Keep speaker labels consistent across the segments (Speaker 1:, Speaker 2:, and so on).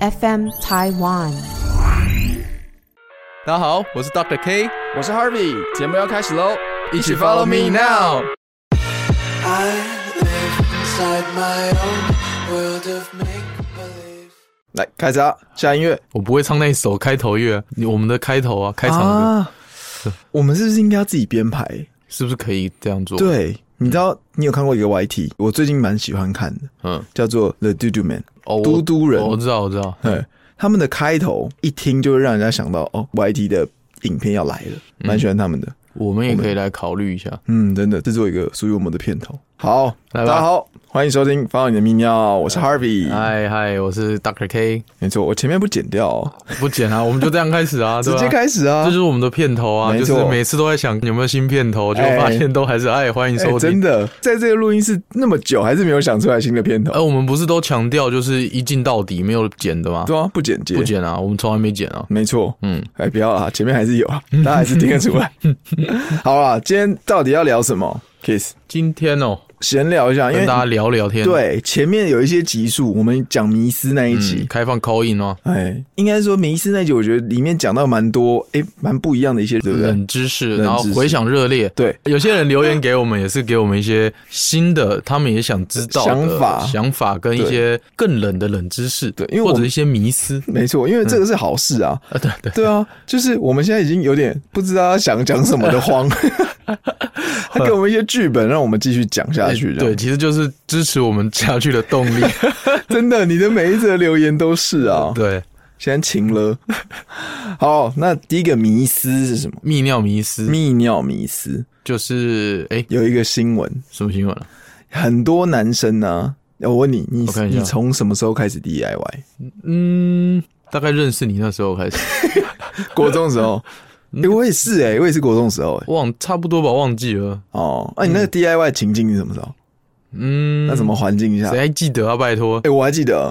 Speaker 1: FM Taiwan。
Speaker 2: 大家好，我是 Doctor K，
Speaker 3: 我是 Harvey，节目要开始喽，
Speaker 2: 一起 Follow Me Now。
Speaker 4: I live inside my own world of make believe.
Speaker 3: 来开始啊，下音乐
Speaker 2: 我不会唱那一首开头乐，你我们的开头啊，开场歌、
Speaker 3: 啊， 我们是不是应该要自己编排？
Speaker 2: 是不是可以这样做？，
Speaker 3: 对，你知道你有看过一个 YT，我最近蛮喜欢看的，
Speaker 2: 嗯，
Speaker 3: 叫做 The d o d o Man，
Speaker 2: 哦，我
Speaker 3: 嘟嘟人
Speaker 2: 哦我知道，我知道，
Speaker 3: 对，他们的开头一听就会让人家想到哦，YT 的影片要来了，
Speaker 2: 嗯
Speaker 3: 蛮喜欢他们的，
Speaker 2: 我们也可以来考虑一下。
Speaker 3: 嗯，真的制作一个属于我们的片头。好，
Speaker 2: 来
Speaker 3: 大
Speaker 2: 吧哎
Speaker 3: 家好，欢迎收听《发到你的泌尿》，我是 Harvey，
Speaker 2: 嗨嗨，我是 Doctor K，
Speaker 3: 没错，我前面不剪掉、哦，
Speaker 2: 不剪啊，我们就这样开始啊，对 吧
Speaker 3: 直接。开始啊，
Speaker 2: 这就是我们的片头啊，
Speaker 3: 没
Speaker 2: 就
Speaker 3: 错
Speaker 2: 是每次都在想有没有新片头，就
Speaker 3: 哎
Speaker 2: 发现都还是哎，欢迎
Speaker 3: 哎
Speaker 2: 收
Speaker 3: 真
Speaker 2: 听。
Speaker 3: 的，在这个录音室那么久，还是没有想出来新的片头。
Speaker 2: 哎，我们不是都强调就是一镜到底，没有剪的吗？
Speaker 3: 对啊，不剪接，
Speaker 2: 不，剪啊，我们从来没剪啊。
Speaker 3: 没错。
Speaker 2: 嗯，
Speaker 3: 哎，不要啦，前面还是有啊，大家还是听得 出来。好啦，今天到底要聊什么？Kiss，
Speaker 2: 今天哦，
Speaker 3: 闲聊一下，因
Speaker 2: 跟
Speaker 3: 为
Speaker 2: 大家聊聊天。
Speaker 3: 哎对前面有一些集数，我们讲迷失那一
Speaker 2: 嗯，
Speaker 3: 集，
Speaker 2: 开放 call in 哦，
Speaker 3: 哎，应该说迷失那一集，我觉得里面讲到蛮多，哎，蛮不一样的一些，对不对？
Speaker 2: 冷知识，
Speaker 3: 冷知识
Speaker 2: 然后回想热烈。
Speaker 3: 对，
Speaker 2: 有些人留言给我们，也是给我们一些新的，他们也想知道的
Speaker 3: 想法
Speaker 2: 想法跟一些更冷的冷知识，对
Speaker 3: 因为我
Speaker 2: 或
Speaker 3: 们
Speaker 2: 者一些迷思
Speaker 3: 没错，因为这个是好事 啊。
Speaker 2: 啊，对对，
Speaker 3: 对啊，就是我们现在已经有点不知道想讲什么 的慌，他给我们一些剧本，让我们继续讲下去。这样
Speaker 2: 哎对，，其实就是支持我们下去的动 力。
Speaker 3: 真的，你的每一则留言都是啊。
Speaker 2: 对，
Speaker 3: 现在晴了。 好，那第一个迷思是什么？
Speaker 2: 泌尿迷思
Speaker 3: 泌尿迷思
Speaker 2: 就是哎，
Speaker 3: 有一个新闻，
Speaker 2: 什么新闻啊？
Speaker 3: 很多男生呢、哦我问你，你
Speaker 2: 我看一下
Speaker 3: 你从什么时候开始 DIY？
Speaker 2: 嗯，大概认识你那时候 开始，
Speaker 3: 国中的时候，
Speaker 2: 嗯
Speaker 3: 欸我也是哎、我也是国中的时候哎、
Speaker 2: 忘差不多吧，忘记了。
Speaker 3: 哦，那、你那个 DIY 情境是什么时候？
Speaker 2: 嗯，
Speaker 3: 那什么？环境下？
Speaker 2: 谁
Speaker 3: 哎、
Speaker 2: 还记得啊？拜托，
Speaker 3: 我还记得，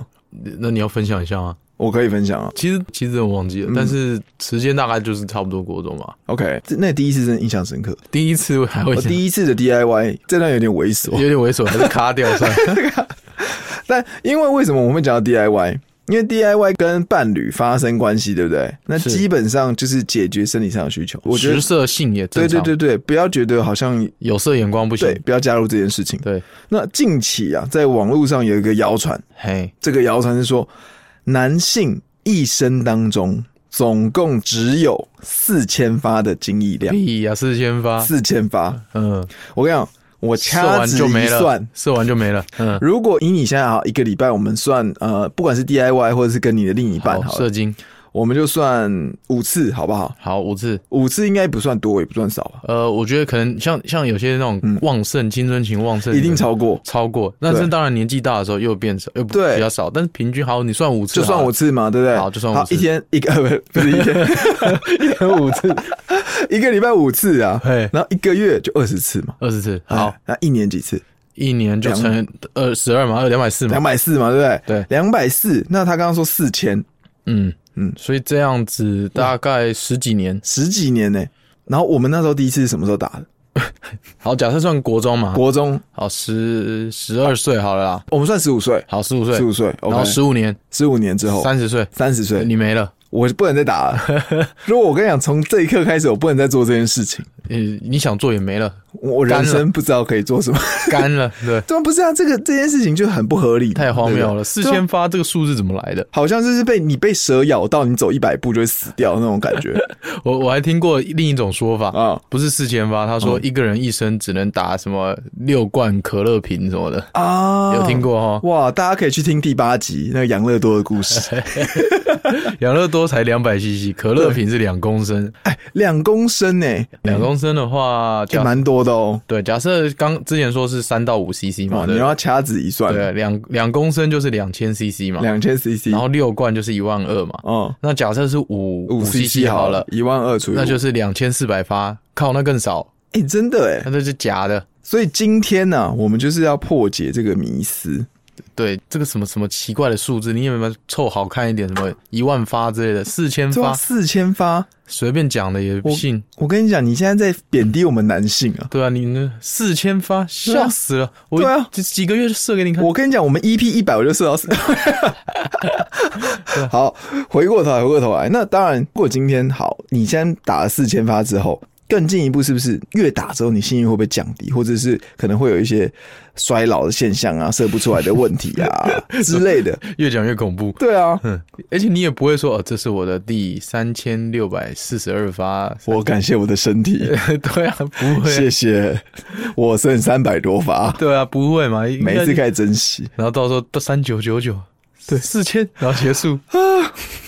Speaker 2: 那你要分享一下吗？
Speaker 3: 我可以分享啊。
Speaker 2: 其实其实我忘
Speaker 3: 嗯
Speaker 2: 记了，但是时间大概就是差不多国中吧。
Speaker 3: OK，这那第一次真的印象深刻。
Speaker 2: 第一次还会
Speaker 3: 我
Speaker 2: 想
Speaker 3: 哦第一次的 DIY 这段有点猥琐，
Speaker 2: 有点猥 琐，还是卡掉算了。
Speaker 3: 但因为为什么我们会讲到 DIY？因为 DIY 跟伴侣发生关系，对不对？那
Speaker 2: 是
Speaker 3: 基本上就是解决生理上的需求。 我觉得
Speaker 2: 食，色性也正
Speaker 3: 对
Speaker 2: 常，
Speaker 3: 对对对，不要觉得好像
Speaker 2: 有色眼光不行
Speaker 3: 对。，不要加入这件事情。
Speaker 2: 对，
Speaker 3: 那近期啊，在网络上有一个谣传，
Speaker 2: 嘿，
Speaker 3: 这个谣传是说，男性一生当中总共只有四千发的精液量，
Speaker 2: 屁哎呀，四千发，
Speaker 3: 四千发。
Speaker 2: 嗯，
Speaker 3: 我跟你讲，我
Speaker 2: 射
Speaker 3: 掐
Speaker 2: 完
Speaker 3: 指
Speaker 2: 就没
Speaker 3: 一算
Speaker 2: 了，，射完就没了。嗯，
Speaker 3: 如果以你现在啊一个礼拜，我们算呃，不管是 DIY 或者是跟你的另 一半
Speaker 2: 好，
Speaker 3: 好了
Speaker 2: 射，精，
Speaker 3: 我们就算五次好不好？
Speaker 2: 好五次。
Speaker 3: 五次应该不算多，也不算少吧，
Speaker 2: 呃，我觉得可能像像有些那种旺盛青春期旺盛的
Speaker 3: 嗯一
Speaker 2: 人，
Speaker 3: 定超过，
Speaker 2: 超过。但是
Speaker 3: 对
Speaker 2: 当然年纪大的时候又变少，又不
Speaker 3: 对
Speaker 2: 比较少。但是平均好，你算五次
Speaker 3: 就
Speaker 2: 好了，
Speaker 3: 算五次嘛，对不对？
Speaker 2: 好就算五次
Speaker 3: 一天一个呃不不是一天，一天五次，一个礼拜五次啊
Speaker 2: 嘿，
Speaker 3: 然后一个月就二十次嘛，
Speaker 2: 二十次，好
Speaker 3: 哎，，那一年几次？
Speaker 2: 一年就乘二十二嘛，二两百四嘛
Speaker 3: 两，百四嘛，对不对？
Speaker 2: 嗯对
Speaker 3: 两百四。那他刚刚说四千，
Speaker 2: 嗯嗯
Speaker 3: 嗯，
Speaker 2: 所以这样子大概十几年。
Speaker 3: 十几年呢、然后我们那时候第一次是什么时候打的？
Speaker 2: 好，假设算国中嘛，
Speaker 3: 国中，
Speaker 2: 好十十二岁好了啦，
Speaker 3: 我们算十五岁，
Speaker 2: 好十五岁，
Speaker 3: 十五岁
Speaker 2: 然后
Speaker 3: ，OK，
Speaker 2: 十五年，
Speaker 3: 十五年之后，
Speaker 2: 三十岁，
Speaker 3: 三十岁，
Speaker 2: 你没了，
Speaker 3: 我不能再打了。 如果我跟你讲，从这一刻开始，我不能再做这件事情，
Speaker 2: 呃，你想做也没了，
Speaker 3: 我我人
Speaker 2: 干
Speaker 3: 生不知道可以做什么。
Speaker 2: 干了，对，
Speaker 3: 对啊，不是啊，这个这件事情就很不合理嘛，
Speaker 2: 太荒
Speaker 3: 对
Speaker 2: 谬
Speaker 3: 不对
Speaker 2: 了。四。
Speaker 3: 对啊
Speaker 2: 千发这个数字怎么来的？
Speaker 3: 好像就是被你被蛇咬到，你走一百步就会死掉那种感 觉
Speaker 2: 我我还听过另一种说法，
Speaker 3: 啊嗯
Speaker 2: 不是四千发，他说一个人一生只能打什么六罐可乐瓶什么的，
Speaker 3: 啊！
Speaker 2: 有听过哈？
Speaker 3: 哇？大家可以去听第八集那个养乐多的 故事，
Speaker 2: 养乐多才两百 CC，可乐瓶是两公升，
Speaker 3: 哎两公升呢、欸，
Speaker 2: 两公升的话，
Speaker 3: 也
Speaker 2: 假
Speaker 3: 蛮多的哦。
Speaker 2: 对，假设刚之前说是三到五 CC 嘛，
Speaker 3: 哇，你
Speaker 2: 哦对不对
Speaker 3: 要掐指一
Speaker 2: 对，
Speaker 3: 算，
Speaker 2: 两两公升就是两千 CC 嘛，
Speaker 3: 两千 CC，
Speaker 2: 然后六罐就是一万二嘛。
Speaker 3: 嗯，
Speaker 2: 那假设是五
Speaker 3: 五
Speaker 2: CC 好了，
Speaker 3: 一万二除以五，
Speaker 2: 那就是是两千四百发，靠，那更少，
Speaker 3: 哎、真的哎、
Speaker 2: 那这是假的。
Speaker 3: 所以今天呢、我们就是要破解这个迷思。
Speaker 2: 对这个什么什么奇怪的数字，你有没有凑好看一点？什么一万发之类的，四千
Speaker 3: 对啊，
Speaker 2: 发，
Speaker 3: 四千发。
Speaker 2: 随便讲的也不信。
Speaker 3: 我跟你讲，你现在在贬低我们男性 啊！
Speaker 2: 对啊，你那四千发，
Speaker 3: 啊
Speaker 2: 吓死了！我
Speaker 3: 对啊
Speaker 2: 这几个月就射给你看。
Speaker 3: 我跟你讲，我们 EP 一百我就射 到死。好，回过头来，回过头来，那当然，如果今天好，你先打了四千发之后，更进一步是不是越打之后你信誉会不会降低，或者是可能会有一些衰老的现象啊，射不出来的问题 啊之类的？
Speaker 2: 越讲越恐怖。
Speaker 3: 对啊，
Speaker 2: 嗯，而且你也不会说，哦，这是我的第三千六百四十二发。
Speaker 3: 我感谢我的身体，
Speaker 2: 对啊，不会啊，
Speaker 3: 谢谢，我剩三百多发，
Speaker 2: 对啊，不会嘛。应该
Speaker 3: 每一次该珍惜。
Speaker 2: 然后到时候到三九九九，
Speaker 3: 对
Speaker 2: 四千，然后结 束，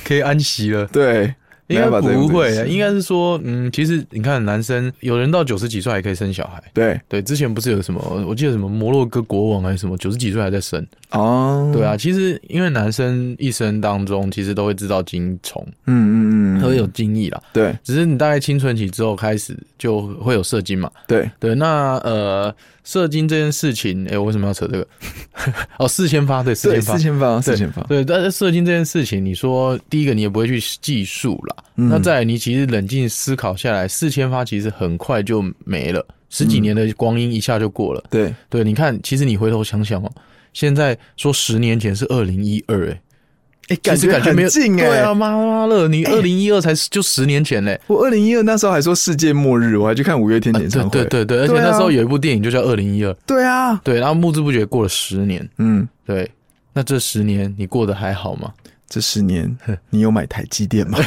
Speaker 2: 可以安息了。
Speaker 3: 对，
Speaker 2: 应该
Speaker 3: 没办法再
Speaker 2: 不
Speaker 3: 用这个
Speaker 2: 会啊，
Speaker 3: 事
Speaker 2: 应该是说，嗯，其实你看，男生有人到九十几岁还可以生小孩。
Speaker 3: 对
Speaker 2: 对，之前不是有什么，我记得什么摩洛哥国王还是什么，九十几岁还在生。
Speaker 3: 哦，
Speaker 2: 对，啊，其实因为男生一生当中其实都会制造精虫，
Speaker 3: 嗯嗯嗯，
Speaker 2: 都会有精液啦。
Speaker 3: 对
Speaker 2: 只是你大概青春期之后开始就会有射精嘛。
Speaker 3: 对，
Speaker 2: 对，那呃，射精这件事情，哎、我为什么要扯这个？ 哦，四千发，对，四
Speaker 3: 对
Speaker 2: 千发
Speaker 3: 四，千发，
Speaker 2: 对
Speaker 3: 四千发，
Speaker 2: 对，但是射精这件事情，你说第一个你也不会去计数啦，
Speaker 3: 嗯
Speaker 2: 那再来你其实冷静思考下来，四千发其实很快就没了，十
Speaker 3: 嗯
Speaker 2: 几年的光阴一下就过了。
Speaker 3: 对
Speaker 2: 对，你看，其实你回头想想哦，现在说十年前是二零一二，哎，其
Speaker 3: 哎，感
Speaker 2: 实感觉没
Speaker 3: 很
Speaker 2: 有，
Speaker 3: 近
Speaker 2: 对
Speaker 3: 哎
Speaker 2: 啊，。妈妈了，你二零一二才就十年前嘞。
Speaker 3: 我二零一二那时候还说世界末日，我还去看五月天演唱会。
Speaker 2: 对对对，而且
Speaker 3: 对啊
Speaker 2: 那时候有一部电影就叫《二零一二》，
Speaker 3: 对啊，
Speaker 2: 对，然后不知不觉过了十年，
Speaker 3: 嗯，
Speaker 2: 对，那这十年你过得还好吗？
Speaker 3: 这十年你有买台积电吗？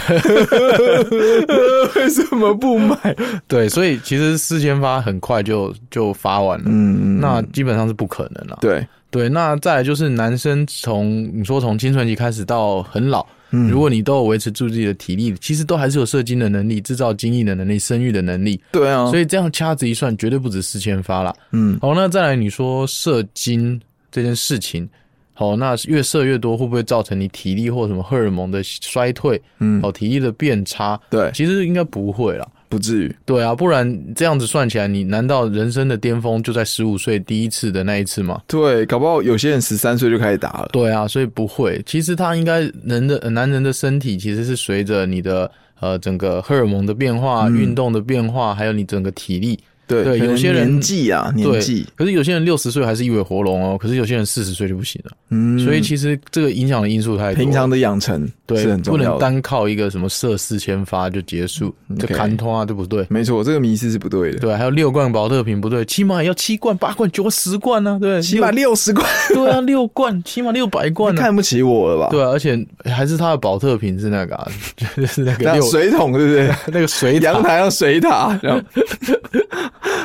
Speaker 3: 为什么不买？
Speaker 2: 对，所以其实四千发很快就就发完了。
Speaker 3: 嗯，
Speaker 2: 那基本上是不可能了。
Speaker 3: 对，
Speaker 2: 对，那再来就是男生从你说从青春期开始到很老，如果你都有维持住自己的体力，其实都还是有射精的能力、制造精液的能力、生育的能力，
Speaker 3: 对啊，
Speaker 2: 所
Speaker 3: 以
Speaker 2: 以这样掐指一算，绝对不止四千发啦。
Speaker 3: 嗯，
Speaker 2: 好，那再来你说射精这件事情，好，那越射越多会不会造成你体力或什么荷尔蒙的衰退？
Speaker 3: 嗯
Speaker 2: 好，体力的变差，
Speaker 3: 对，
Speaker 2: 其实应该不会啦。
Speaker 3: 不至于。
Speaker 2: 对啊，不然这样子算起来，你难道人生的巅峰就在十五岁第一次的那一次吗？
Speaker 3: 对，搞不好有些人十三岁就开始打了。
Speaker 2: 对啊，所以不会。其实他应该人的呃男人的身体其实是随着你的呃整个荷尔蒙的变化、
Speaker 3: 嗯
Speaker 2: 运动的变化，还有你整个体力。
Speaker 3: 对
Speaker 2: 对
Speaker 3: 可能
Speaker 2: 有些人
Speaker 3: 年纪啊，年
Speaker 2: 对
Speaker 3: 纪，，
Speaker 2: 可是有些人六十岁还是一尾活龙哦，可是有些人四十岁就不行了。
Speaker 3: 嗯，
Speaker 2: 所以其实这个影响的因素太多了。
Speaker 3: 平常的养成是
Speaker 2: 对，
Speaker 3: 很
Speaker 2: 不
Speaker 3: 重
Speaker 2: 能
Speaker 3: 要的。嗯
Speaker 2: 单靠一个什么射四千发就结束，这
Speaker 3: OK
Speaker 2: 砍通啊，对不对？
Speaker 3: 没错，这个迷思是不对的。
Speaker 2: 对，还有六罐保特瓶不对，起码也要七罐、八罐、九罐、十罐呢、啊，对不对，
Speaker 3: 起码
Speaker 2: 六
Speaker 3: 六十块，
Speaker 2: 对啊，六罐，起码六百罐呢、啊。
Speaker 3: 看不起我了吧？
Speaker 2: 对啊，而且还是他的保特瓶是那个、啊， 就是那个
Speaker 3: 那
Speaker 2: 六
Speaker 3: 水桶对 不对？
Speaker 2: 那个水塔
Speaker 3: 阳，台上 水塔，这样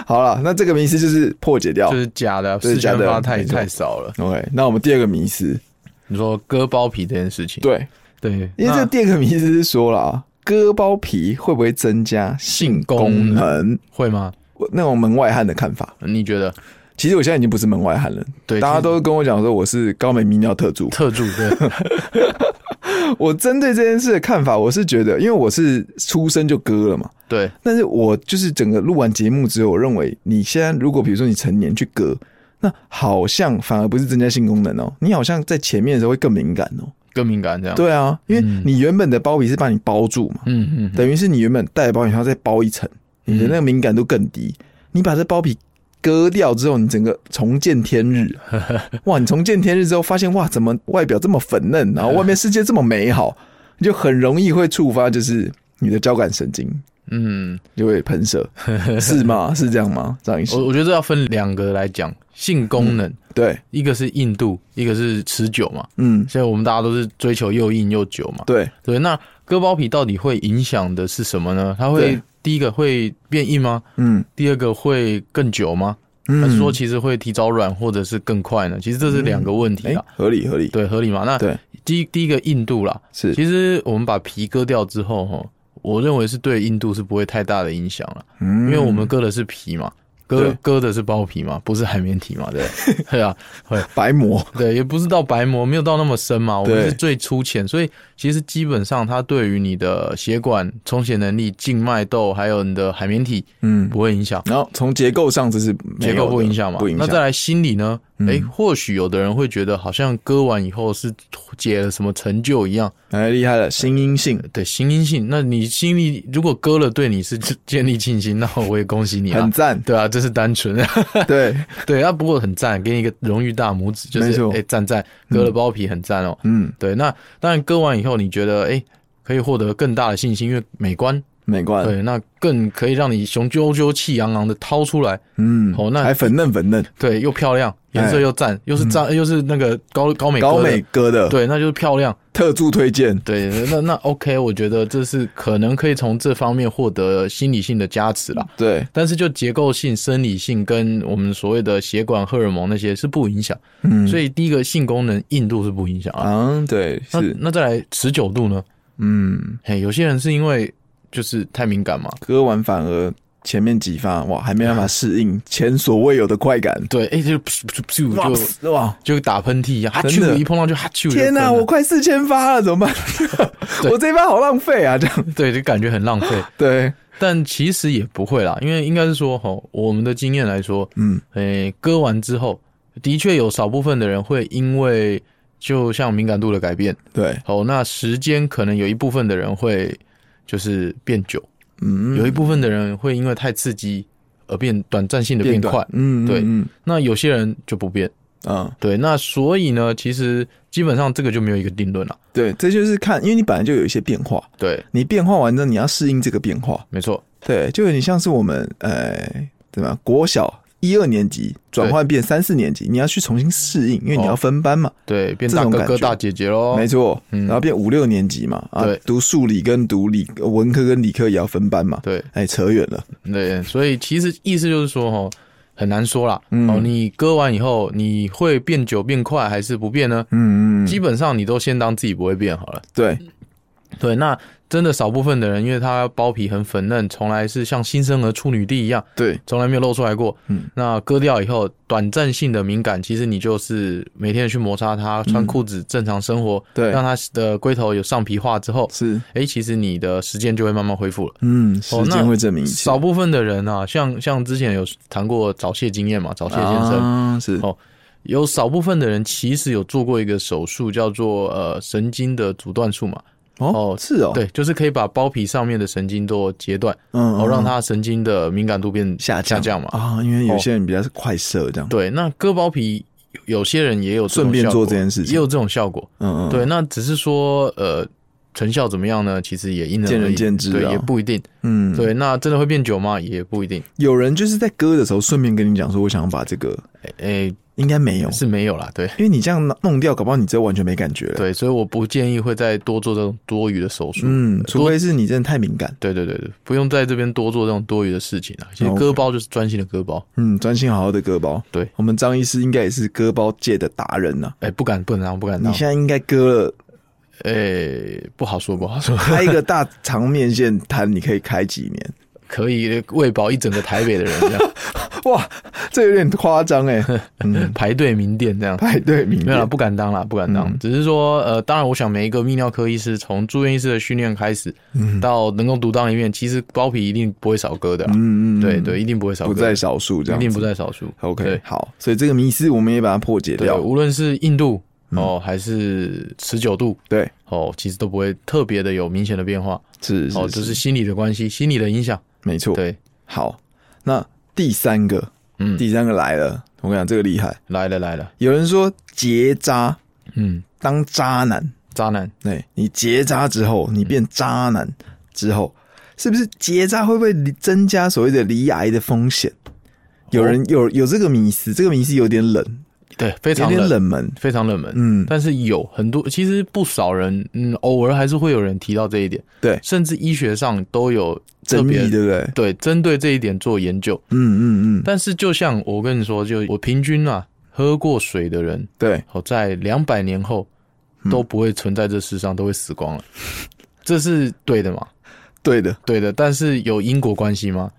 Speaker 3: 好了，那这个迷思就是破解掉。
Speaker 2: 就是假的啊，
Speaker 3: 这是
Speaker 2: 四
Speaker 3: 假
Speaker 2: 千
Speaker 3: 的
Speaker 2: 发太
Speaker 3: 没错
Speaker 2: 太少了。
Speaker 3: OK，那我们第二个迷思，
Speaker 2: 你说割包皮这件事情，
Speaker 3: 对，
Speaker 2: 对，
Speaker 3: 因为这
Speaker 2: 那
Speaker 3: 个第二个迷思是说了啊，割包皮会不会增加性功
Speaker 2: 性功
Speaker 3: 能？
Speaker 2: 会吗？
Speaker 3: 我那种门外汉的看法，
Speaker 2: 你觉得？
Speaker 3: 其实我现在已经不是门外汉了，
Speaker 2: 对，
Speaker 3: 大家
Speaker 2: 其实
Speaker 3: 都跟我讲说我是高美泌尿特助。
Speaker 2: 特助 对，
Speaker 3: 我针对这件事的看法，我是觉得，因为我是出生就割了嘛，
Speaker 2: 对，
Speaker 3: 但是我就是整个录完节目之后，我认为你现在如果比如说你成年去割，那好像反而不是增加性功能哦，你好像在前面的时候会更敏感哦。
Speaker 2: 更敏感这样。，
Speaker 3: 对啊，因为你原本的包皮是把你包住嘛，
Speaker 2: 嗯嗯嗯，
Speaker 3: 等于是你原本戴的包皮，然后再包一层，你的那个敏感度更低。你把这包皮割掉之后，你整个重见 天日。哇，你重见天日之后，发现哇，怎么外表这么粉嫩，然后外面世界这么美好，你就很容易会触发就是你的交感神经
Speaker 2: 嗯，
Speaker 3: 就会喷 射，是吗？是这样吗？张医师，
Speaker 2: 我我觉得这要分两个来讲，性功能，
Speaker 3: 对，
Speaker 2: 一个是硬度，一个是持久嘛。
Speaker 3: 嗯，
Speaker 2: 现在我们大家都是追求又硬又久嘛。
Speaker 3: 对，
Speaker 2: 对，那割包皮到底会影响的是什么呢？它会
Speaker 3: 对
Speaker 2: 第一个会变硬吗？
Speaker 3: 嗯，
Speaker 2: 第二个会更久吗？还是
Speaker 3: 嗯
Speaker 2: 说其实会提早软或者是更快呢？其实这是两个问题
Speaker 3: 哎
Speaker 2: 啊，，
Speaker 3: 合理合理，
Speaker 2: 对，合理嘛？那
Speaker 3: 对，
Speaker 2: 第一第一个硬度啦，
Speaker 3: 是，
Speaker 2: 其实我们把皮割掉之后，哈，我认为是对硬度是不会太大的影响了，
Speaker 3: 因
Speaker 2: 因为我们割的是皮嘛。割
Speaker 3: 嗯对
Speaker 2: 割的是包皮嘛，不是海绵体嘛，对不 对对啊，会
Speaker 3: 白膜，
Speaker 2: 对，也不是到白膜，没有到那么深嘛，我们
Speaker 3: 对
Speaker 2: 是最粗浅，所以其实基本上它对于你的血管充血能力、静脉窦还有你的海绵体
Speaker 3: 嗯，
Speaker 2: 不会影响，
Speaker 3: 然后从结构上这是没
Speaker 2: 结
Speaker 3: 有
Speaker 2: 构不
Speaker 3: 的
Speaker 2: 影响嘛，
Speaker 3: 不影响，
Speaker 2: 那再来心理呢？
Speaker 3: 嗯
Speaker 2: 诶，或许有的人会觉得好像割完以后是解了什么成就一样，
Speaker 3: 哎，厉害了，心因性
Speaker 2: 对，心因性。那你心里如果割了，对你是 建立信心，那我也恭喜你啊，
Speaker 3: 很。赞
Speaker 2: 对啊，这是单纯，
Speaker 3: 对，
Speaker 2: 对啊，不过很赞，给你一个荣誉大拇指，就
Speaker 3: 没
Speaker 2: 是
Speaker 3: 错
Speaker 2: 诶，赞赞，割了包皮很赞哦。
Speaker 3: 嗯，
Speaker 2: 对，那当然割完以后，你觉得诶可以获得更大的信心，因为美观，
Speaker 3: 美观，
Speaker 2: 对，那更可以让你雄赳赳气昂昂的掏出来，
Speaker 3: 嗯，
Speaker 2: 哦那
Speaker 3: 还粉嫩粉嫩，
Speaker 2: 对，又漂亮，颜色又赞，又是赞，又是那个高高美
Speaker 3: 哎嗯高
Speaker 2: 哥的
Speaker 3: 美，哥的，，
Speaker 2: 对，那就是漂亮，
Speaker 3: 特助推荐，
Speaker 2: 对，那 那 OK，我觉得这是可能可以从这方面获得心理性的加持啦。
Speaker 3: 对，
Speaker 2: 但是就结构性、生理性跟我们所谓的血管荷尔蒙那些是不影响，
Speaker 3: 嗯，
Speaker 2: 所以第一个性功能硬度是不影响啊。
Speaker 3: 啊，对，
Speaker 2: 那
Speaker 3: 是，
Speaker 2: 那再来持久度呢？
Speaker 3: 嗯，
Speaker 2: 嘿，有些人是因为就是太敏感嘛，
Speaker 3: 割完反而前面几发哇，还没办法适应前所未有的快感，
Speaker 2: 对，哎、就噗噗噗
Speaker 3: 哇
Speaker 2: 就
Speaker 3: 哇！
Speaker 2: 就打喷嚏一样，哈
Speaker 3: 真的
Speaker 2: 啾一碰到就哈啾。
Speaker 3: 天
Speaker 2: 哪、
Speaker 3: 哪，我快四千发了，怎么办？我这一发好浪费啊！这样
Speaker 2: 对就感觉很浪费，
Speaker 3: 对，
Speaker 2: 但其实也不会啦，因为应该是说吼，我们的经验来说，
Speaker 3: 嗯，
Speaker 2: 诶、割完之后，的确有少部分的人会因为就像敏感度的改变，
Speaker 3: 对，
Speaker 2: 哦，那时间可能有一部分的人会就是变久，
Speaker 3: 嗯，
Speaker 2: 有一部分的人会因为太刺激而变短暂性的变
Speaker 3: 短
Speaker 2: 快，
Speaker 3: 嗯，
Speaker 2: 对
Speaker 3: 嗯
Speaker 2: 那有些人就不变。
Speaker 3: 嗯啊，
Speaker 2: 对，那所以呢，其实基本上这个就没有一个定论了。
Speaker 3: 对，这就是看，因为你本来就有一些变化，
Speaker 2: 对，
Speaker 3: 你变化完之后，你要适应这个变化，
Speaker 2: 没错，
Speaker 3: 对，就有点像是我们呃，怎么样国小一二年级转换变三四年级，你要去重新适应，因为你
Speaker 2: 哦
Speaker 3: 要分班嘛，
Speaker 2: 对，变
Speaker 3: 这
Speaker 2: 大
Speaker 3: 种
Speaker 2: 哥
Speaker 3: 感
Speaker 2: 哥
Speaker 3: 觉
Speaker 2: 大姐姐喽。
Speaker 3: 没错，
Speaker 2: 嗯
Speaker 3: 然后变五六年级嘛，啊
Speaker 2: 对，
Speaker 3: 读数理跟读理文科跟理科也要分班嘛，
Speaker 2: 对
Speaker 3: 哎，扯远了，
Speaker 2: 对，所以其实意思就是说，哦，很难说啦。
Speaker 3: 嗯
Speaker 2: 哦，你割完以后，你会变久变快还是不变呢？
Speaker 3: 嗯嗯，
Speaker 2: 基本上你都先当自己不会变好了。
Speaker 3: 对，
Speaker 2: 对，那真的少部分的人，因为他包皮很粉嫩，从来是像新生儿处女地一样，
Speaker 3: 对，
Speaker 2: 从来没有露出来过。
Speaker 3: 嗯，
Speaker 2: 那割掉以后，短暂性的敏感，其实你就是每天去摩擦它，穿裤子正常生活，
Speaker 3: 对
Speaker 2: 让它的龟头有上皮化之后，
Speaker 3: 是，
Speaker 2: 哎、其实你的时间就会慢慢恢复了。
Speaker 3: 嗯，时
Speaker 2: 那
Speaker 3: 间会证明一切
Speaker 2: 少，部分的人啊，像像之前有谈过早泄经验嘛，早泄先生、
Speaker 3: 啊，是
Speaker 2: 哦有少部分的人其实有做过一个手术，叫做呃神经的阻断术嘛，
Speaker 3: 哦
Speaker 2: 哦，
Speaker 3: 是哦，
Speaker 2: 对，就是可以把包皮上面的神经做截断，
Speaker 3: 嗯，嗯，
Speaker 2: 然后让
Speaker 3: 嗯
Speaker 2: 它神经的敏感度变
Speaker 3: 下
Speaker 2: 下
Speaker 3: 降
Speaker 2: 降嘛。
Speaker 3: 啊，因为有
Speaker 2: 哦
Speaker 3: 些人比较是快射这样，
Speaker 2: 对，那割包皮有些人也有这种
Speaker 3: 顺便
Speaker 2: 效果
Speaker 3: 做这件事情
Speaker 2: 也有这种效果。
Speaker 3: 嗯嗯，
Speaker 2: 对，，那只是说呃成效怎么样呢？其实也因人
Speaker 3: 见仁
Speaker 2: 而异
Speaker 3: 见智
Speaker 2: 对，
Speaker 3: 啊
Speaker 2: 也不一定。
Speaker 3: 嗯，
Speaker 2: 对，那真的会变久吗？也不一定。
Speaker 3: 有人就是在割的时候顺便跟你讲说，我想把这个，
Speaker 2: 诶、
Speaker 3: 应该没有，
Speaker 2: 是没有啦，对。
Speaker 3: 因为你这样弄弄掉，搞不好你这完全没感觉了，，
Speaker 2: 对，所以我不建议会再多做这种多余的手术。
Speaker 3: 嗯，
Speaker 2: 多
Speaker 3: 除非是你真的太敏感，
Speaker 2: 对对对对，不用在这边多做这种多余的事情啊。其实
Speaker 3: 哦 OK
Speaker 2: 割包就是专心的割包，
Speaker 3: 嗯，专心好好的割包，
Speaker 2: 对
Speaker 3: 我们张医师应该也是割包界的达人呐、
Speaker 2: 哎、不敢不能当，不敢
Speaker 3: 你
Speaker 2: 当。
Speaker 3: 现在应该割了
Speaker 2: 哎、不好说，不好说。
Speaker 3: 开一个大肠面线摊，你可以开几年？
Speaker 2: 可以喂饱一整个台北的人，这样
Speaker 3: 哇，这有点夸张哎！嗯，
Speaker 2: 排队名店这样。
Speaker 3: 排队名
Speaker 2: 没有啦，
Speaker 3: 店，
Speaker 2: 不敢当啦，不敢当。
Speaker 3: 嗯
Speaker 2: 只是说，呃，当然，我想每一个泌尿科医师从住院医师的训练开始，
Speaker 3: 嗯
Speaker 2: 到能够独当一面，其实包皮一定不会少割的啦。
Speaker 3: 嗯嗯，嗯
Speaker 2: 对对，，一定不会少
Speaker 3: 不
Speaker 2: 割，
Speaker 3: 在少数这
Speaker 2: 一
Speaker 3: 样子，
Speaker 2: 定不在少数。
Speaker 3: 啊 OK，
Speaker 2: 对
Speaker 3: 好，所以这个迷思我们也把它破解
Speaker 2: 对，
Speaker 3: 掉。嗯
Speaker 2: 无论是硬度哦，还是持久度
Speaker 3: 对，
Speaker 2: 哦，其实都不会特别的有明显的变化
Speaker 3: 是
Speaker 2: 哦，这是心理的关系，心理的影响。
Speaker 3: 没错。
Speaker 2: 对，
Speaker 3: 好，那第三个，
Speaker 2: 嗯，
Speaker 3: 第三个来了，我跟你讲，这个厉害。
Speaker 2: 来了来了，
Speaker 3: 有人说结扎
Speaker 2: 嗯，
Speaker 3: 当渣男，
Speaker 2: 渣男
Speaker 3: 对你结扎之后，你变渣男之后，是不是结扎会不会增加所谓的离癌的风险？有人有有这个迷思，这个迷思有点冷，
Speaker 2: 对，哦非
Speaker 3: 有
Speaker 2: 常
Speaker 3: 点
Speaker 2: 冷，
Speaker 3: 冷门。
Speaker 2: 非常冷门。
Speaker 3: 嗯，
Speaker 2: 但是有很多，其实不少人，嗯，偶尔还是会有人提到这一点，
Speaker 3: 对
Speaker 2: 甚至医学上都有特
Speaker 3: 争
Speaker 2: 别
Speaker 3: 议对不对？
Speaker 2: 对针对这一点做研究。
Speaker 3: 嗯嗯嗯，
Speaker 2: 但是就像我跟你说，就我平均啊，喝过水的人，
Speaker 3: 对，
Speaker 2: 好，在两百年后
Speaker 3: 嗯
Speaker 2: 都不会存在这世上，都会死光了， 这是对的嘛？
Speaker 3: 对的。
Speaker 2: 对的，但是有因果关系吗？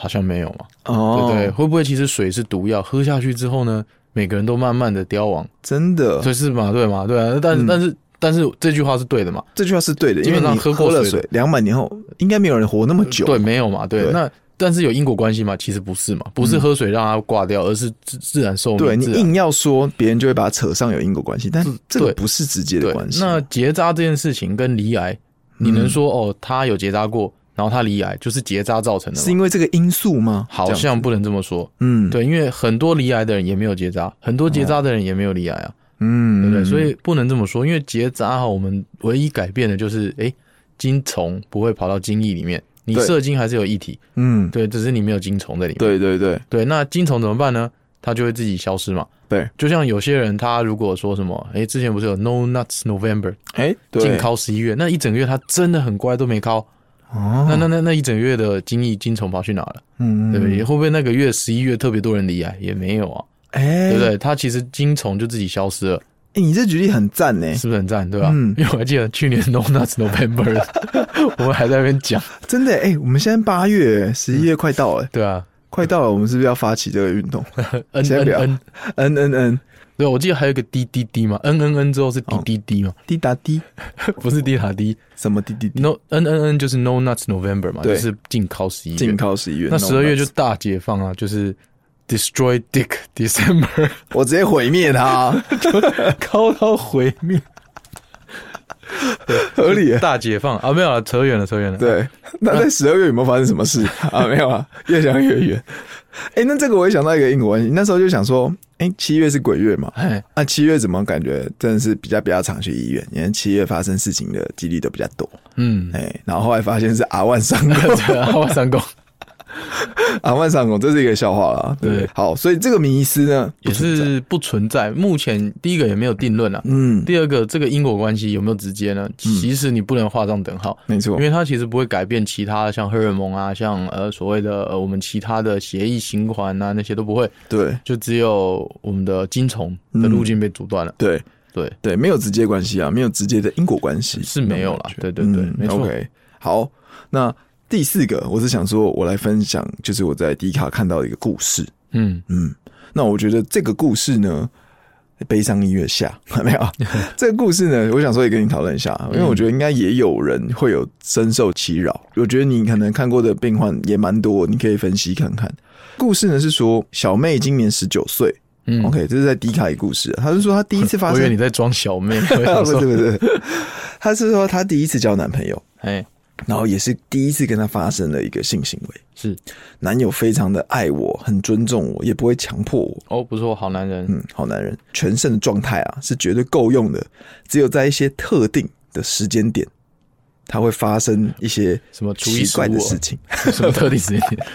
Speaker 2: 好像没有嘛，对
Speaker 3: 哦，
Speaker 2: 不对？，会不会其实水是毒药，喝下去之后呢，每个人都慢慢的凋亡，
Speaker 3: 真的，
Speaker 2: 所以是嘛？对嘛？对啊，但是、
Speaker 3: 呃嗯
Speaker 2: 但是但是这句话是对的嘛？
Speaker 3: 这句话是对的，
Speaker 2: 基
Speaker 3: 因
Speaker 2: 本
Speaker 3: 为
Speaker 2: 上
Speaker 3: 你
Speaker 2: 喝
Speaker 3: 喝
Speaker 2: 过
Speaker 3: 了
Speaker 2: 水
Speaker 3: 水，两百年后应该没有人活那么久。
Speaker 2: 对，没有嘛？对，
Speaker 3: 对嗯
Speaker 2: 那但是有因果关系吗？其实不是嘛，不是喝水让它挂掉，而是自自然寿命。
Speaker 3: 对你
Speaker 2: 自然
Speaker 3: 硬要说，别人就会把它扯上有因果关系，但这个
Speaker 2: 对
Speaker 3: 不啊是直接的
Speaker 2: 对
Speaker 3: 关，系。嗯
Speaker 2: 那结扎这件事情跟离癌，你能说、哦，他有结扎过，然后他离癌就是结扎造成的
Speaker 3: 是
Speaker 2: 吗？
Speaker 3: 因为这个因素吗？这
Speaker 2: 好
Speaker 3: 样
Speaker 2: 像不能这么说，
Speaker 3: 嗯，，
Speaker 2: 对，因为很多离癌的人也没有结扎，很多结扎的人也没有离癌啊，
Speaker 3: 嗯，
Speaker 2: 对不对？所以不能这么说，因为结扎哈，我们唯一改变的就是，哎，精虫不会跑到精液里面，你
Speaker 3: 对
Speaker 2: 射精还是有液体，
Speaker 3: 嗯，
Speaker 2: 对，只是你没有精虫在里面。
Speaker 3: 对对对
Speaker 2: 对，那精虫怎么办呢？它就会自己消失嘛。
Speaker 3: 对，
Speaker 2: 就像有些人他如果说什么，哎，之前不是有 No Nuts November，
Speaker 3: 哎，对
Speaker 2: 禁考十一月，那一整个月他真的很乖，都没考。
Speaker 3: 哦，
Speaker 2: 那那那那一整个月的精益精虫跑去哪了？
Speaker 3: 嗯，
Speaker 2: 对不对？会不会那个月十一月特别多人离癌？也没有啊，
Speaker 3: 哎，
Speaker 2: 对不对？他其实精虫就自己消失了，
Speaker 3: 哎？你这举例很赞呢，
Speaker 2: 是不是很赞？对吧？
Speaker 3: 哎嗯
Speaker 2: 因为我还记得去年 No Nuts November，我 们还在那边讲，
Speaker 3: 真的哎，我们现在八月，十一月快到了，
Speaker 2: 对啊
Speaker 3: 快到了，我们是不是要发起这个运 动嗯
Speaker 2: ，N
Speaker 3: 先
Speaker 2: N
Speaker 3: 不要
Speaker 2: N，
Speaker 3: ？N N N，
Speaker 2: 对，我记得还有一个滴滴滴嘛，N N N 之后是
Speaker 3: 哦
Speaker 2: 滴滴滴嘛，
Speaker 3: 滴答滴，
Speaker 2: 不是滴答滴
Speaker 3: 什么滴滴滴？
Speaker 2: ，No N N N 就是 No Nuts November 嘛，
Speaker 3: 对
Speaker 2: 就是禁考十一月
Speaker 3: 禁。靠十一月，
Speaker 2: 那十二月就
Speaker 3: no nuts
Speaker 2: 大解放啊，就是 Destroy Dick December。
Speaker 3: 我直接毁灭 它，
Speaker 2: 高到毁灭，
Speaker 3: 合理耶。
Speaker 2: 大解放啊！没有了，扯远了，扯远了。，
Speaker 3: 对，那在十二月有没有发生什么 事啊？没有啊，越想越远。哎、那这个我也想到一个因果关系，那时候就想说，哎、七月是鬼月嘛，
Speaker 2: 哎，
Speaker 3: 啊，七月怎么感觉真的是比较比较常去医院，因为七月发生事情的几率都比较多。
Speaker 2: 嗯，
Speaker 3: 哎、然后后来发现是阿万上弓，
Speaker 2: 对啊，我三公
Speaker 3: 阿万上弓，这是一个笑话啦。对
Speaker 2: 对，
Speaker 3: 好，所以这个迷思呢，
Speaker 2: 也是 不存在。目前第一个也没有定论啊。
Speaker 3: 嗯，
Speaker 2: 第二个，这个因果关系有没有直接呢？其实你不能画上等号，
Speaker 3: 没错
Speaker 2: 因，为它其实不会改变其他像荷尔蒙啊，像呃所谓的呃我们其他的血液循环啊那些都不会，
Speaker 3: 对
Speaker 2: 就只有我们的精虫的路径被阻断了。
Speaker 3: 对
Speaker 2: 对，
Speaker 3: 对，没有直接关系啊，没有直接的因果关系
Speaker 2: 是没有啦
Speaker 3: 那种感觉
Speaker 2: 对对对
Speaker 3: 嗯
Speaker 2: 没错
Speaker 3: OK，好，那第四个，我是想说，我来分享，就是我在迪卡看到的一个故事。
Speaker 2: 嗯，
Speaker 3: 嗯，那我觉得这个故事呢，悲伤音乐下 没有啊这个故事呢，我想说也跟你讨论一下，因为
Speaker 2: 嗯
Speaker 3: 我觉得应该也有人会有深受其扰。我觉得你可能看过的病患也蛮多，你可以分析看看。故事呢是说，小妹今年十九岁。
Speaker 2: 嗯
Speaker 3: OK，这是在迪卡里故事，啊她是说她第一次发
Speaker 2: 我以为
Speaker 3: 生
Speaker 2: 你，在装小妹， 我想
Speaker 3: 不是
Speaker 2: 说，
Speaker 3: 不是，她是说她第一次交男朋友，
Speaker 2: 哎，
Speaker 3: 然后也是第一次跟她发生了一个性行为，
Speaker 2: 是
Speaker 3: 男友非常的爱我，很尊重我，也不会强迫我，
Speaker 2: 哦，不错，好男 人，
Speaker 3: 嗯，好男人，全盛的状态啊是绝对够用的，只有在一些特定的时间点，它会发生一些
Speaker 2: 什么初一
Speaker 3: 奇怪的
Speaker 2: 十五啊
Speaker 3: 事情。
Speaker 2: 什么特定时间点？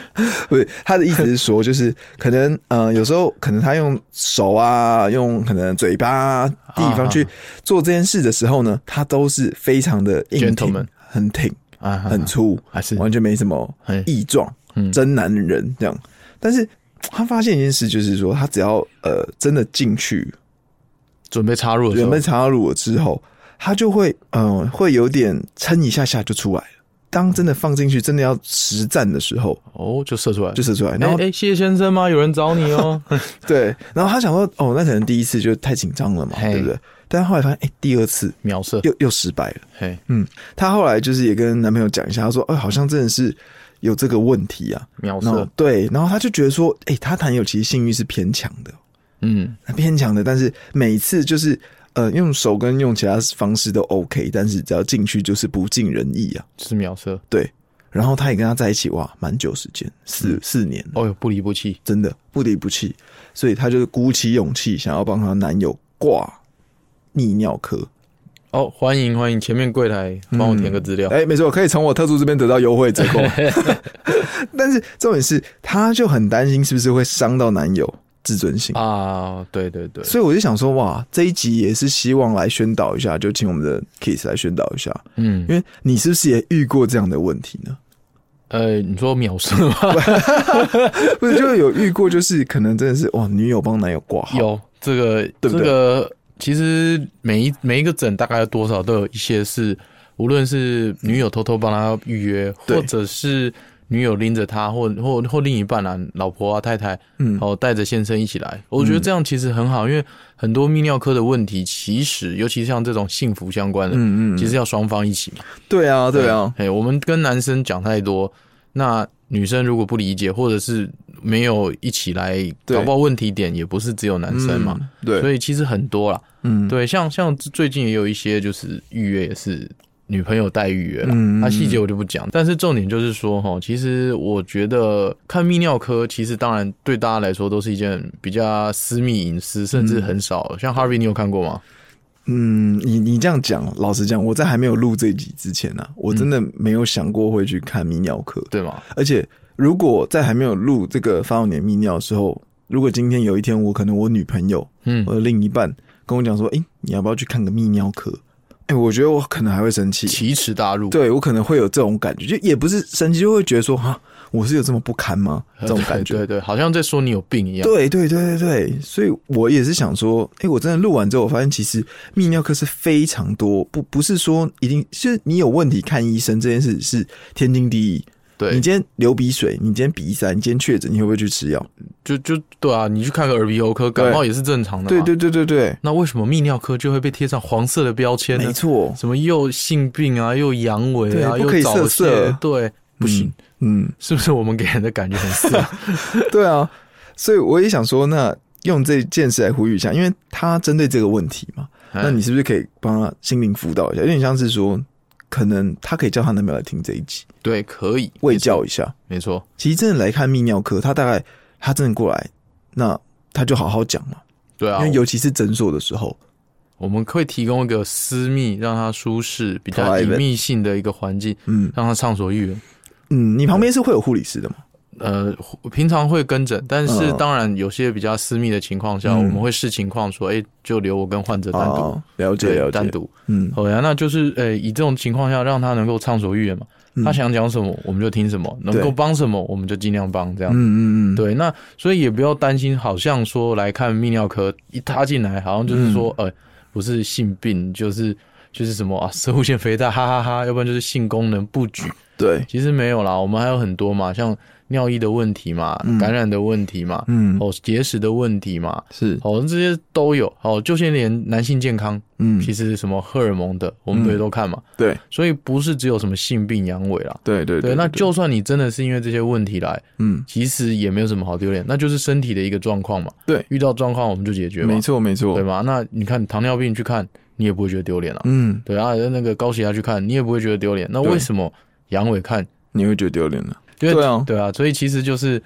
Speaker 3: 不是他的意思是 说，就是可能呃，有时候可能他用手啊，用可能嘴巴、啊、地方去做这件事的时候呢，他都是非常的硬挺
Speaker 2: Gentleman，
Speaker 3: 很挺，
Speaker 2: 啊，
Speaker 3: 很粗，
Speaker 2: 还是
Speaker 3: 完全没什么
Speaker 2: 嘿
Speaker 3: 异状，
Speaker 2: 嗯
Speaker 3: 真男人这样。但是他发现一件事，就是说他只要呃真的进去
Speaker 2: 准备插入的时
Speaker 3: 人
Speaker 2: 候
Speaker 3: 被插入了之后，他就会嗯、呃会有点撑一下下就出来了。当真的放进去，真的要实战的时候，
Speaker 2: 哦，就射出来了，
Speaker 3: 就是射出来。然
Speaker 2: 哎
Speaker 3: 后、
Speaker 2: 哎，谢先生吗？有人找你 哦。
Speaker 3: 对，然后他想说，哦，那可能第一次就太紧张了嘛，
Speaker 2: 嘿
Speaker 3: 对不对？但后来发现，哎、第二次
Speaker 2: 秒射，
Speaker 3: 又又失败了。
Speaker 2: 嘿，
Speaker 3: 她后来就是也跟男朋友讲一下，她说，哎、好像真的是有这个问题啊。
Speaker 2: 秒
Speaker 3: 然后
Speaker 2: 射，
Speaker 3: 对，然后她就觉得说，哎、她男友其实性欲是偏强的，
Speaker 2: 嗯，
Speaker 3: 偏强的，但是每次就是呃用手跟用其他方式都 OK，但是只要进去就是不尽人意啊。
Speaker 2: 就是秒射。
Speaker 3: 对，然后他也跟他在一起哇，蛮久时间，四、四年了，
Speaker 2: 哦哟，不离不弃，
Speaker 3: 真的不离不弃，所以她就鼓起勇气想要帮她男友挂泌尿科。
Speaker 2: 哦，欢迎欢迎，前面柜台帮我填个资料。
Speaker 3: 哎、没错，可以从我特助这边得到优惠折 扣。 但是重点是，她就很担心是不是会伤到男友自尊心。
Speaker 2: 啊，对对对，
Speaker 3: 所以我就想说，哇，这一集也是希望来宣导一下，就请我们的 Kiss 来宣导一下，
Speaker 2: 嗯，
Speaker 3: 因为你是不是也遇过这样的问题 呢？
Speaker 2: 呃，你说秒射吗？
Speaker 3: 不是，就有遇过，就是可能真的是哇，女友帮男友挂号，
Speaker 2: 有这个，
Speaker 3: 对不对
Speaker 2: 这个其实每一每一个诊大概多少都有一些是，无论是女友偷偷帮他预约，
Speaker 3: 对
Speaker 2: 或者是女友拎着他，或或或另一半啊，老婆啊、太太，
Speaker 3: 嗯，
Speaker 2: 哦，带着先生一起来，我觉得这样其实很好，因为很多泌尿科的问题，其实尤其像这种幸福相关的，
Speaker 3: 嗯嗯，
Speaker 2: 其
Speaker 3: 实
Speaker 2: 实要双方一起嘛。
Speaker 3: 对啊，对啊，
Speaker 2: 哎，我们跟男生讲太多，那女生如果不理解，或者是没有一起来，
Speaker 3: 对
Speaker 2: 搞不好问题点也不是只有男生嘛。
Speaker 3: 嗯对，
Speaker 2: 所
Speaker 3: 以
Speaker 2: 以其实很多啦，
Speaker 3: 嗯，
Speaker 2: 对，像像最近也有一些就是预约也是女朋友代预约啦，
Speaker 3: 嗯
Speaker 2: 那细节我就不讲，但是重点就是说哈，其实我觉得看泌尿科，其实当然对大家来说都是一件比较私密隐私，甚至很少。像 Harvey，你有看过吗？
Speaker 3: 嗯，你你这样讲，老实讲，我在还没有录这集之前呢、啊，我真的没有想过会去看泌尿科。
Speaker 2: 嗯对吗？
Speaker 3: 而且，如果在还没有录这个发年泌尿的时候，如果今天有一天我可能我女朋友
Speaker 2: 嗯
Speaker 3: 我，的另一半跟我讲说，诶，哎你要不要去看个泌尿科？诶，哎我觉得我可能还会生气，
Speaker 2: 奇耻大辱，
Speaker 3: 对我可能会有这种感觉，就也不是生气，就会觉得说，哈，我是有这么不堪吗？这种感觉。
Speaker 2: 呃对对对，好像在说你有病一样。
Speaker 3: 对对对对对，所以我也是想说，哎、我真的录完之后，我发现其实泌尿科是非常多，不不是说一定是你有问题看医生这件事是天经地义。
Speaker 2: 对
Speaker 3: 你，今天流鼻水，你今天鼻塞，你今天确诊，你会不会去吃药？
Speaker 2: 就就对啊，你去看个耳鼻喉科，感冒也是正常的嘛。
Speaker 3: 对对对对对，
Speaker 2: 那为什么泌尿科就会被贴上黄色的标签呢
Speaker 3: 没？错，
Speaker 2: 什么又性病啊，又阳痿啊，
Speaker 3: 对不
Speaker 2: 又
Speaker 3: 可以
Speaker 2: 早
Speaker 3: 色
Speaker 2: 泄
Speaker 3: 色
Speaker 2: 对，不行，
Speaker 3: 嗯，
Speaker 2: 是不是我们给人的感觉 很色？
Speaker 3: 对啊，所以我也想说，那用这件事来呼吁一下，因为他针对这个问题嘛，
Speaker 2: 哎
Speaker 3: 那你是不是可以帮他心灵辅导一下？有点像是说，可能他可以叫他男朋友来听这一集，
Speaker 2: 对可以
Speaker 3: 喂教一下。
Speaker 2: 没错，
Speaker 3: 其实真的来看泌尿科，他大概他真的过来，那他就好好讲嘛，
Speaker 2: 对啊
Speaker 3: 因为，尤其是诊所的时候，
Speaker 2: 我们会提供一个私密、让他舒适、比较
Speaker 3: Private
Speaker 2: 隐秘性的一个环境，
Speaker 3: 嗯
Speaker 2: 让他畅所欲言。
Speaker 3: 嗯，你旁边是会有护理师的嘛，
Speaker 2: 呃，我平常会跟诊，但是
Speaker 3: 嗯
Speaker 2: 当然有些比较私密的情况下，
Speaker 3: 嗯
Speaker 2: 我们会视情况说，哎、就留我跟患者单独、
Speaker 3: 哦，了解
Speaker 2: 对
Speaker 3: 了解，
Speaker 2: 单独。
Speaker 3: 嗯
Speaker 2: 好呀，那就是呃，以这种情况下，让他能够畅所欲言嘛，
Speaker 3: 嗯
Speaker 2: 他想讲什么我们就听什么，能够帮什么我们就尽量帮，这样。
Speaker 3: 嗯嗯嗯，
Speaker 2: 对，那所以也不要担心，好像说来看泌尿科一踏进来，好像就是说，
Speaker 3: 嗯
Speaker 2: 呃，不是性病，就是就是什么啊，射物腺肥大，哈哈哈要不然就是性功能不举，
Speaker 3: 对，
Speaker 2: 其实没有啦，我们还有很多嘛，像尿液的问题嘛，
Speaker 3: 嗯
Speaker 2: 感染的问题嘛，
Speaker 3: 嗯
Speaker 2: 哦，结石的问题嘛，
Speaker 3: 是，
Speaker 2: 哦，这些都有，哦，就先连男性健康，
Speaker 3: 嗯
Speaker 2: 其实什么荷尔蒙的，我们
Speaker 3: 嗯
Speaker 2: 不也都看嘛，
Speaker 3: 对
Speaker 2: 所以不是只有什么性病、阳痿啦。
Speaker 3: 对对
Speaker 2: 对，那就算你真的是因为这些问题来，
Speaker 3: 嗯，
Speaker 2: 其实也没有什么好丢脸，那就是身体的一个状况嘛。
Speaker 3: 对
Speaker 2: 遇到状况我们就解决嘛，
Speaker 3: 没错没
Speaker 2: 对
Speaker 3: 错，
Speaker 2: 吗？那你看糖尿病去看，你也不会觉得丢脸啊。
Speaker 3: 嗯，
Speaker 2: 对啊，那个高血压去看，你也不会觉得丢脸。那
Speaker 3: 对
Speaker 2: 为什么阳痿看？
Speaker 3: 你会觉得丢脸了，
Speaker 2: 因为
Speaker 3: 对啊
Speaker 2: 对啊，所以其实就是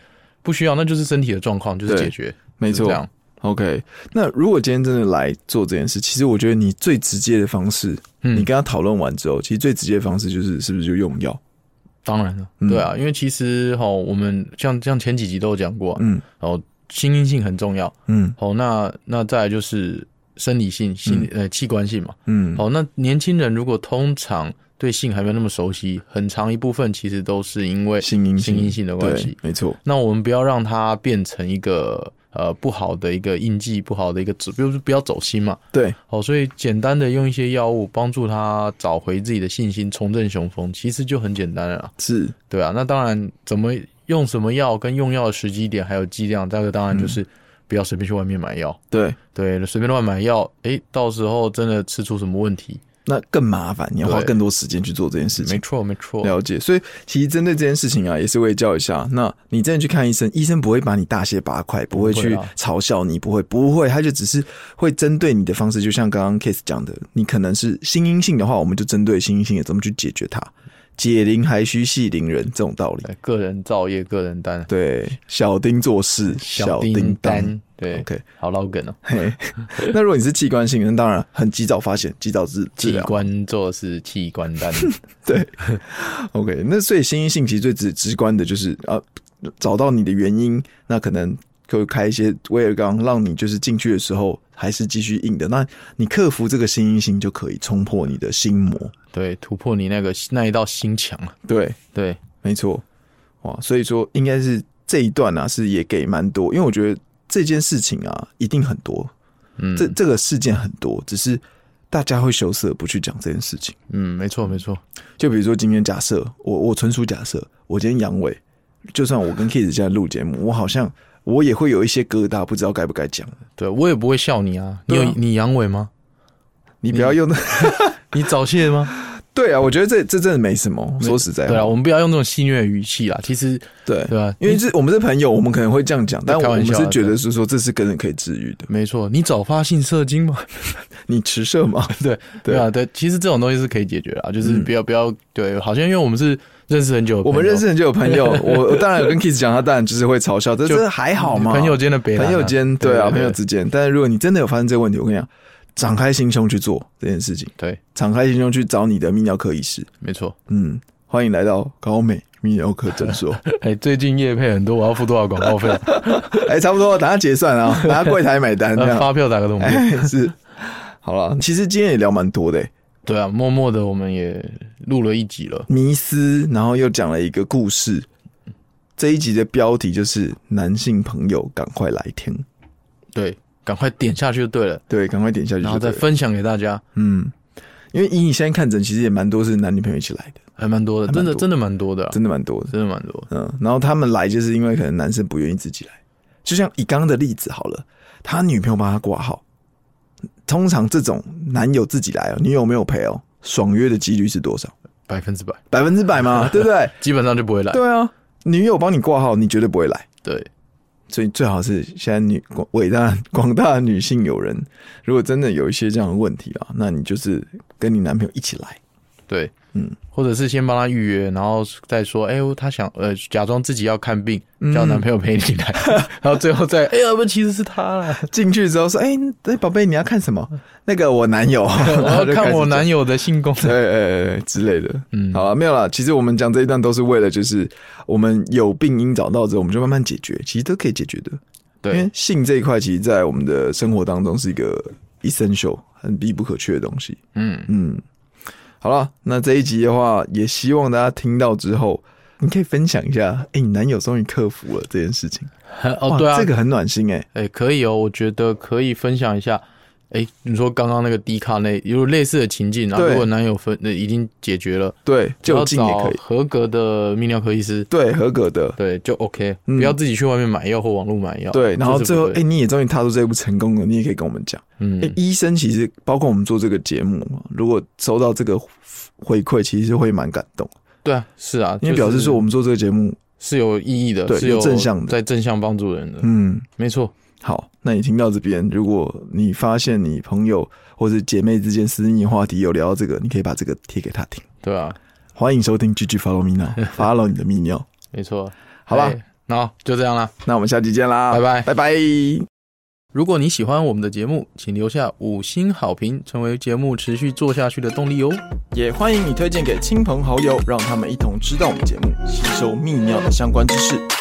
Speaker 2: 不需要，那就是身体的状况，就是
Speaker 3: 对
Speaker 2: 解决，
Speaker 3: 没
Speaker 2: 就是
Speaker 3: 错
Speaker 2: 这，样。
Speaker 3: OK，那如果今天真的来做这件事，其实我觉得你最直接的方式，
Speaker 2: 嗯
Speaker 3: 你跟他讨论完之后，其实最直接的方式就是是不是就用药？
Speaker 2: 哦当然了，
Speaker 3: 嗯
Speaker 2: 对啊，因为其实哈，我们像像前几集都有讲过啊，
Speaker 3: 嗯
Speaker 2: 哦，心因性很重要。
Speaker 3: 嗯
Speaker 2: 哦，那那再来就是生理性、性呃器官性嘛。
Speaker 3: 嗯，
Speaker 2: 哦，那年轻人如果通常对性还没有那么熟悉，很长一部分其实都是因为
Speaker 3: 心因性
Speaker 2: 性性的关系
Speaker 3: 对。没错，
Speaker 2: 那我们不要让它变成一个呃不好的一个印记，不好的一个指，就是不要走心嘛。
Speaker 3: 对，
Speaker 2: 哦，所以简单的用一些药物帮助他找回自己的信心，重振雄风，其实就很简单了啦，
Speaker 3: 是
Speaker 2: 对啊。那当然，怎么用什么药，跟用药的时机点还有剂量，这个当然
Speaker 3: 嗯
Speaker 2: 就是不要随便去外面买药。
Speaker 3: 对。
Speaker 2: 对，随便乱买药，诶、到时候真的吃出什么问题？
Speaker 3: 那更麻烦，你要花
Speaker 2: 对
Speaker 3: 更多时间去做这件事
Speaker 2: 没
Speaker 3: 情。
Speaker 2: 错，没错，
Speaker 3: 了解，所以其实针对这件事情啊，也是会教一下。那你真的去看医生，医生不会把你大卸八块，不会
Speaker 2: 不会
Speaker 3: 去
Speaker 2: 啊
Speaker 3: 嘲笑你，不会，不会，他就只是会针对你的方式，就像刚刚 Case 讲的，你可能是心因性的话，我们就针对心因性的怎么去解决它，解铃还须系铃人这种道理。
Speaker 2: 对个人造业，个人担，
Speaker 3: 对，小丁做事，小
Speaker 2: 叮
Speaker 3: 叮当。
Speaker 2: 对
Speaker 3: OK，
Speaker 2: 好老梗哦、
Speaker 3: 嘿，那如果你是器官性，那当然很及早发现，及早治治
Speaker 2: 器
Speaker 3: 疗。
Speaker 2: 官做事器官 担，
Speaker 3: 对，OK，那所以心因性其实最直直观的就是啊，找到你的原因，那可能就开一些威尔刚，让你就是进去的时候还是继续硬的。那你克服这个心因性，就可以冲破你的心魔。
Speaker 2: 对，突破你那个那一道心墙啊，
Speaker 3: 对，
Speaker 2: 对，
Speaker 3: 没错，哇，所以说应该是这一段啊，是也给蛮多，因为我觉得这件事情啊，一定很多，
Speaker 2: 嗯，
Speaker 3: 这这个事件很多，只是大家会羞涩不去讲这件事情。
Speaker 2: 嗯，没错，没错，
Speaker 3: 就比如说今天假设我我纯属假设，我今天阳痿，就算我跟 Kids 现在录节目，我好像我也会有一些疙瘩，不知道该不该讲。
Speaker 2: 对我也不会笑你啊，你有、
Speaker 3: 对啊
Speaker 2: 你阳痿吗？
Speaker 3: 你不要用那，
Speaker 2: 你早泄吗？
Speaker 3: 对啊，我觉得这这真的没什么。说实在话，
Speaker 2: 对啊，我们不要用这种戏谑的语气啦。其实，
Speaker 3: 对
Speaker 2: 对啊吧
Speaker 3: 因为这我们是朋友，我们可能会这样讲，但
Speaker 2: 开
Speaker 3: 我
Speaker 2: 玩
Speaker 3: 们
Speaker 2: 笑啊
Speaker 3: 是觉得是说这是跟人可以治愈的。
Speaker 2: 没错，你早发性射精 嘛，
Speaker 3: 你持射吗？
Speaker 2: 对对啊，对，其实这种东西是可以解决啊，就是不要不要对，好像因为我们是认识很久的朋
Speaker 3: 嗯我
Speaker 2: 友，
Speaker 3: 们认识很久的朋友， 我我当然有跟 Kiss 讲，他当然就是会嘲笑，但
Speaker 2: 就是
Speaker 3: 还好嘛，
Speaker 2: 朋友间的北兰啊
Speaker 3: 朋友间，
Speaker 2: 对
Speaker 3: 对啊，
Speaker 2: 对对
Speaker 3: 朋友之间。但是如果你真的有发生这个问题，我跟你讲，敞开心胸去做这件事情，
Speaker 2: 对，
Speaker 3: 敞开心胸去找你的泌尿科医师。
Speaker 2: 没错。
Speaker 3: 嗯，欢迎来到高美泌尿科诊 所。
Speaker 2: 哎，最近业配很多，我要付多少广告 费？
Speaker 3: 哎、差不多了，等下结算啊，等下柜台买单 这
Speaker 2: 那
Speaker 3: 样。
Speaker 2: 呃发票打个动作。
Speaker 3: 哎，是，好了，其实今天也聊蛮多的、欸
Speaker 2: 对啊，默默的我们也录了一集了。
Speaker 3: 迷思，然后又讲了一个故事。这一集的标题就是“男性朋友赶快来听
Speaker 2: 对，赶快点下去就对了”，，
Speaker 3: 对，赶快点下去就
Speaker 2: 然后
Speaker 3: 对
Speaker 2: 再
Speaker 3: 了
Speaker 2: 分享给大家，
Speaker 3: 嗯，因为以你现在看诊，其实也蛮多是男女朋友一起来的，
Speaker 2: 还蛮多的，
Speaker 3: 还蛮
Speaker 2: 真
Speaker 3: 多
Speaker 2: 的真的蛮多的啊，
Speaker 3: 真的蛮多的。
Speaker 2: 真的蛮多。
Speaker 3: 嗯，然后他们来就是因为可能男生不愿意自己来，就像以刚刚的例子好了，他女朋友帮他挂号，通常这种男友自己来哦，女友没有陪哦，爽约的几率是多少？
Speaker 2: 百分之百，
Speaker 3: 百分之 百嘛，对不对？
Speaker 2: 基本上就不会来。
Speaker 3: 对啊，女友帮你挂号，你绝对不会来。
Speaker 2: 对，
Speaker 3: 所以最好是现在女广伟大广大的女性友人，如果真的有一些这样的问题啊，那你就是跟你男朋友一起来，
Speaker 2: 对，
Speaker 3: 嗯，
Speaker 2: 或者是先帮他预约，然后再说，哎、他想呃，假装自己要看病，
Speaker 3: 嗯
Speaker 2: 叫男朋友陪你 来，然后最后再，哎呀，不，其实是他啦，
Speaker 3: 进去之后说：“哎、哎，宝贝，你要看什么？那个我男友，
Speaker 2: 我
Speaker 3: 我
Speaker 2: 要哦看我男友的性功
Speaker 3: 对
Speaker 2: 能。
Speaker 3: 对对之类的，
Speaker 2: 嗯
Speaker 3: 好了，啊没有啦。其实我们讲这一段都是为了，就是我们有病因找到之后，我们就慢慢解决，其实都可以解决的。因
Speaker 2: 对
Speaker 3: 为，性这一块，其实在我们的生活当中是一个 essential 很必不可缺的东西。
Speaker 2: 嗯，
Speaker 3: 嗯，好了，那这一集的话，也希望大家听到之后，你可以分享一下，哎、你男友终于克服了这件事情。
Speaker 2: 哦，
Speaker 3: 哇
Speaker 2: 对啊，
Speaker 3: 这个很暖心哎、
Speaker 2: 哎、可以哦，我觉得可以分享一下。哎、你说刚刚那个低卡那有类似的情境，然后
Speaker 3: 对
Speaker 2: 如果男友分呃已经解决了，
Speaker 3: 对，就近也可
Speaker 2: 只要
Speaker 3: 以
Speaker 2: 找，合格的泌尿科医师，
Speaker 3: 对，合格的。
Speaker 2: 对，就 OK，、
Speaker 3: 嗯
Speaker 2: 不要自己去外面买药或网络买药。
Speaker 3: 对，然后
Speaker 2: 哦这是
Speaker 3: 最
Speaker 2: 不
Speaker 3: 后，
Speaker 2: 对
Speaker 3: 哎、你也终于踏入这一步成功了，你也可以跟我们讲。
Speaker 2: 嗯，
Speaker 3: 哎、医生其实包括我们做这个节目嘛，如果收到这个回馈，其实会蛮感动，
Speaker 2: 对啊，是啊，
Speaker 3: 因为
Speaker 2: 就
Speaker 3: 表示
Speaker 2: 是
Speaker 3: 说我们做这个节目，
Speaker 2: 是有意义的，
Speaker 3: 对
Speaker 2: 是
Speaker 3: 有
Speaker 2: 有
Speaker 3: 正向的
Speaker 2: 在正向帮助人的，
Speaker 3: 嗯，
Speaker 2: 没错，
Speaker 3: 好，那你听到这边，如果你发现你朋友或者姐妹之间私密话题有聊到这个，你可以把这个贴给他听。
Speaker 2: 对啊，
Speaker 3: 欢迎收听《句句 Follow Me Now》，Follow 你的泌尿。
Speaker 2: 没错。
Speaker 3: 好啦
Speaker 2: 哎，那就这样啦。
Speaker 3: 那我们下期见啦，
Speaker 2: 拜拜
Speaker 3: 拜拜。
Speaker 2: 如果你喜欢我们的节目，请留下五星好评，成为节目持续做下去的动力哦。
Speaker 3: 也欢迎你推荐给亲朋好友，让他们一同知道我们节目，吸收泌尿的相关知识。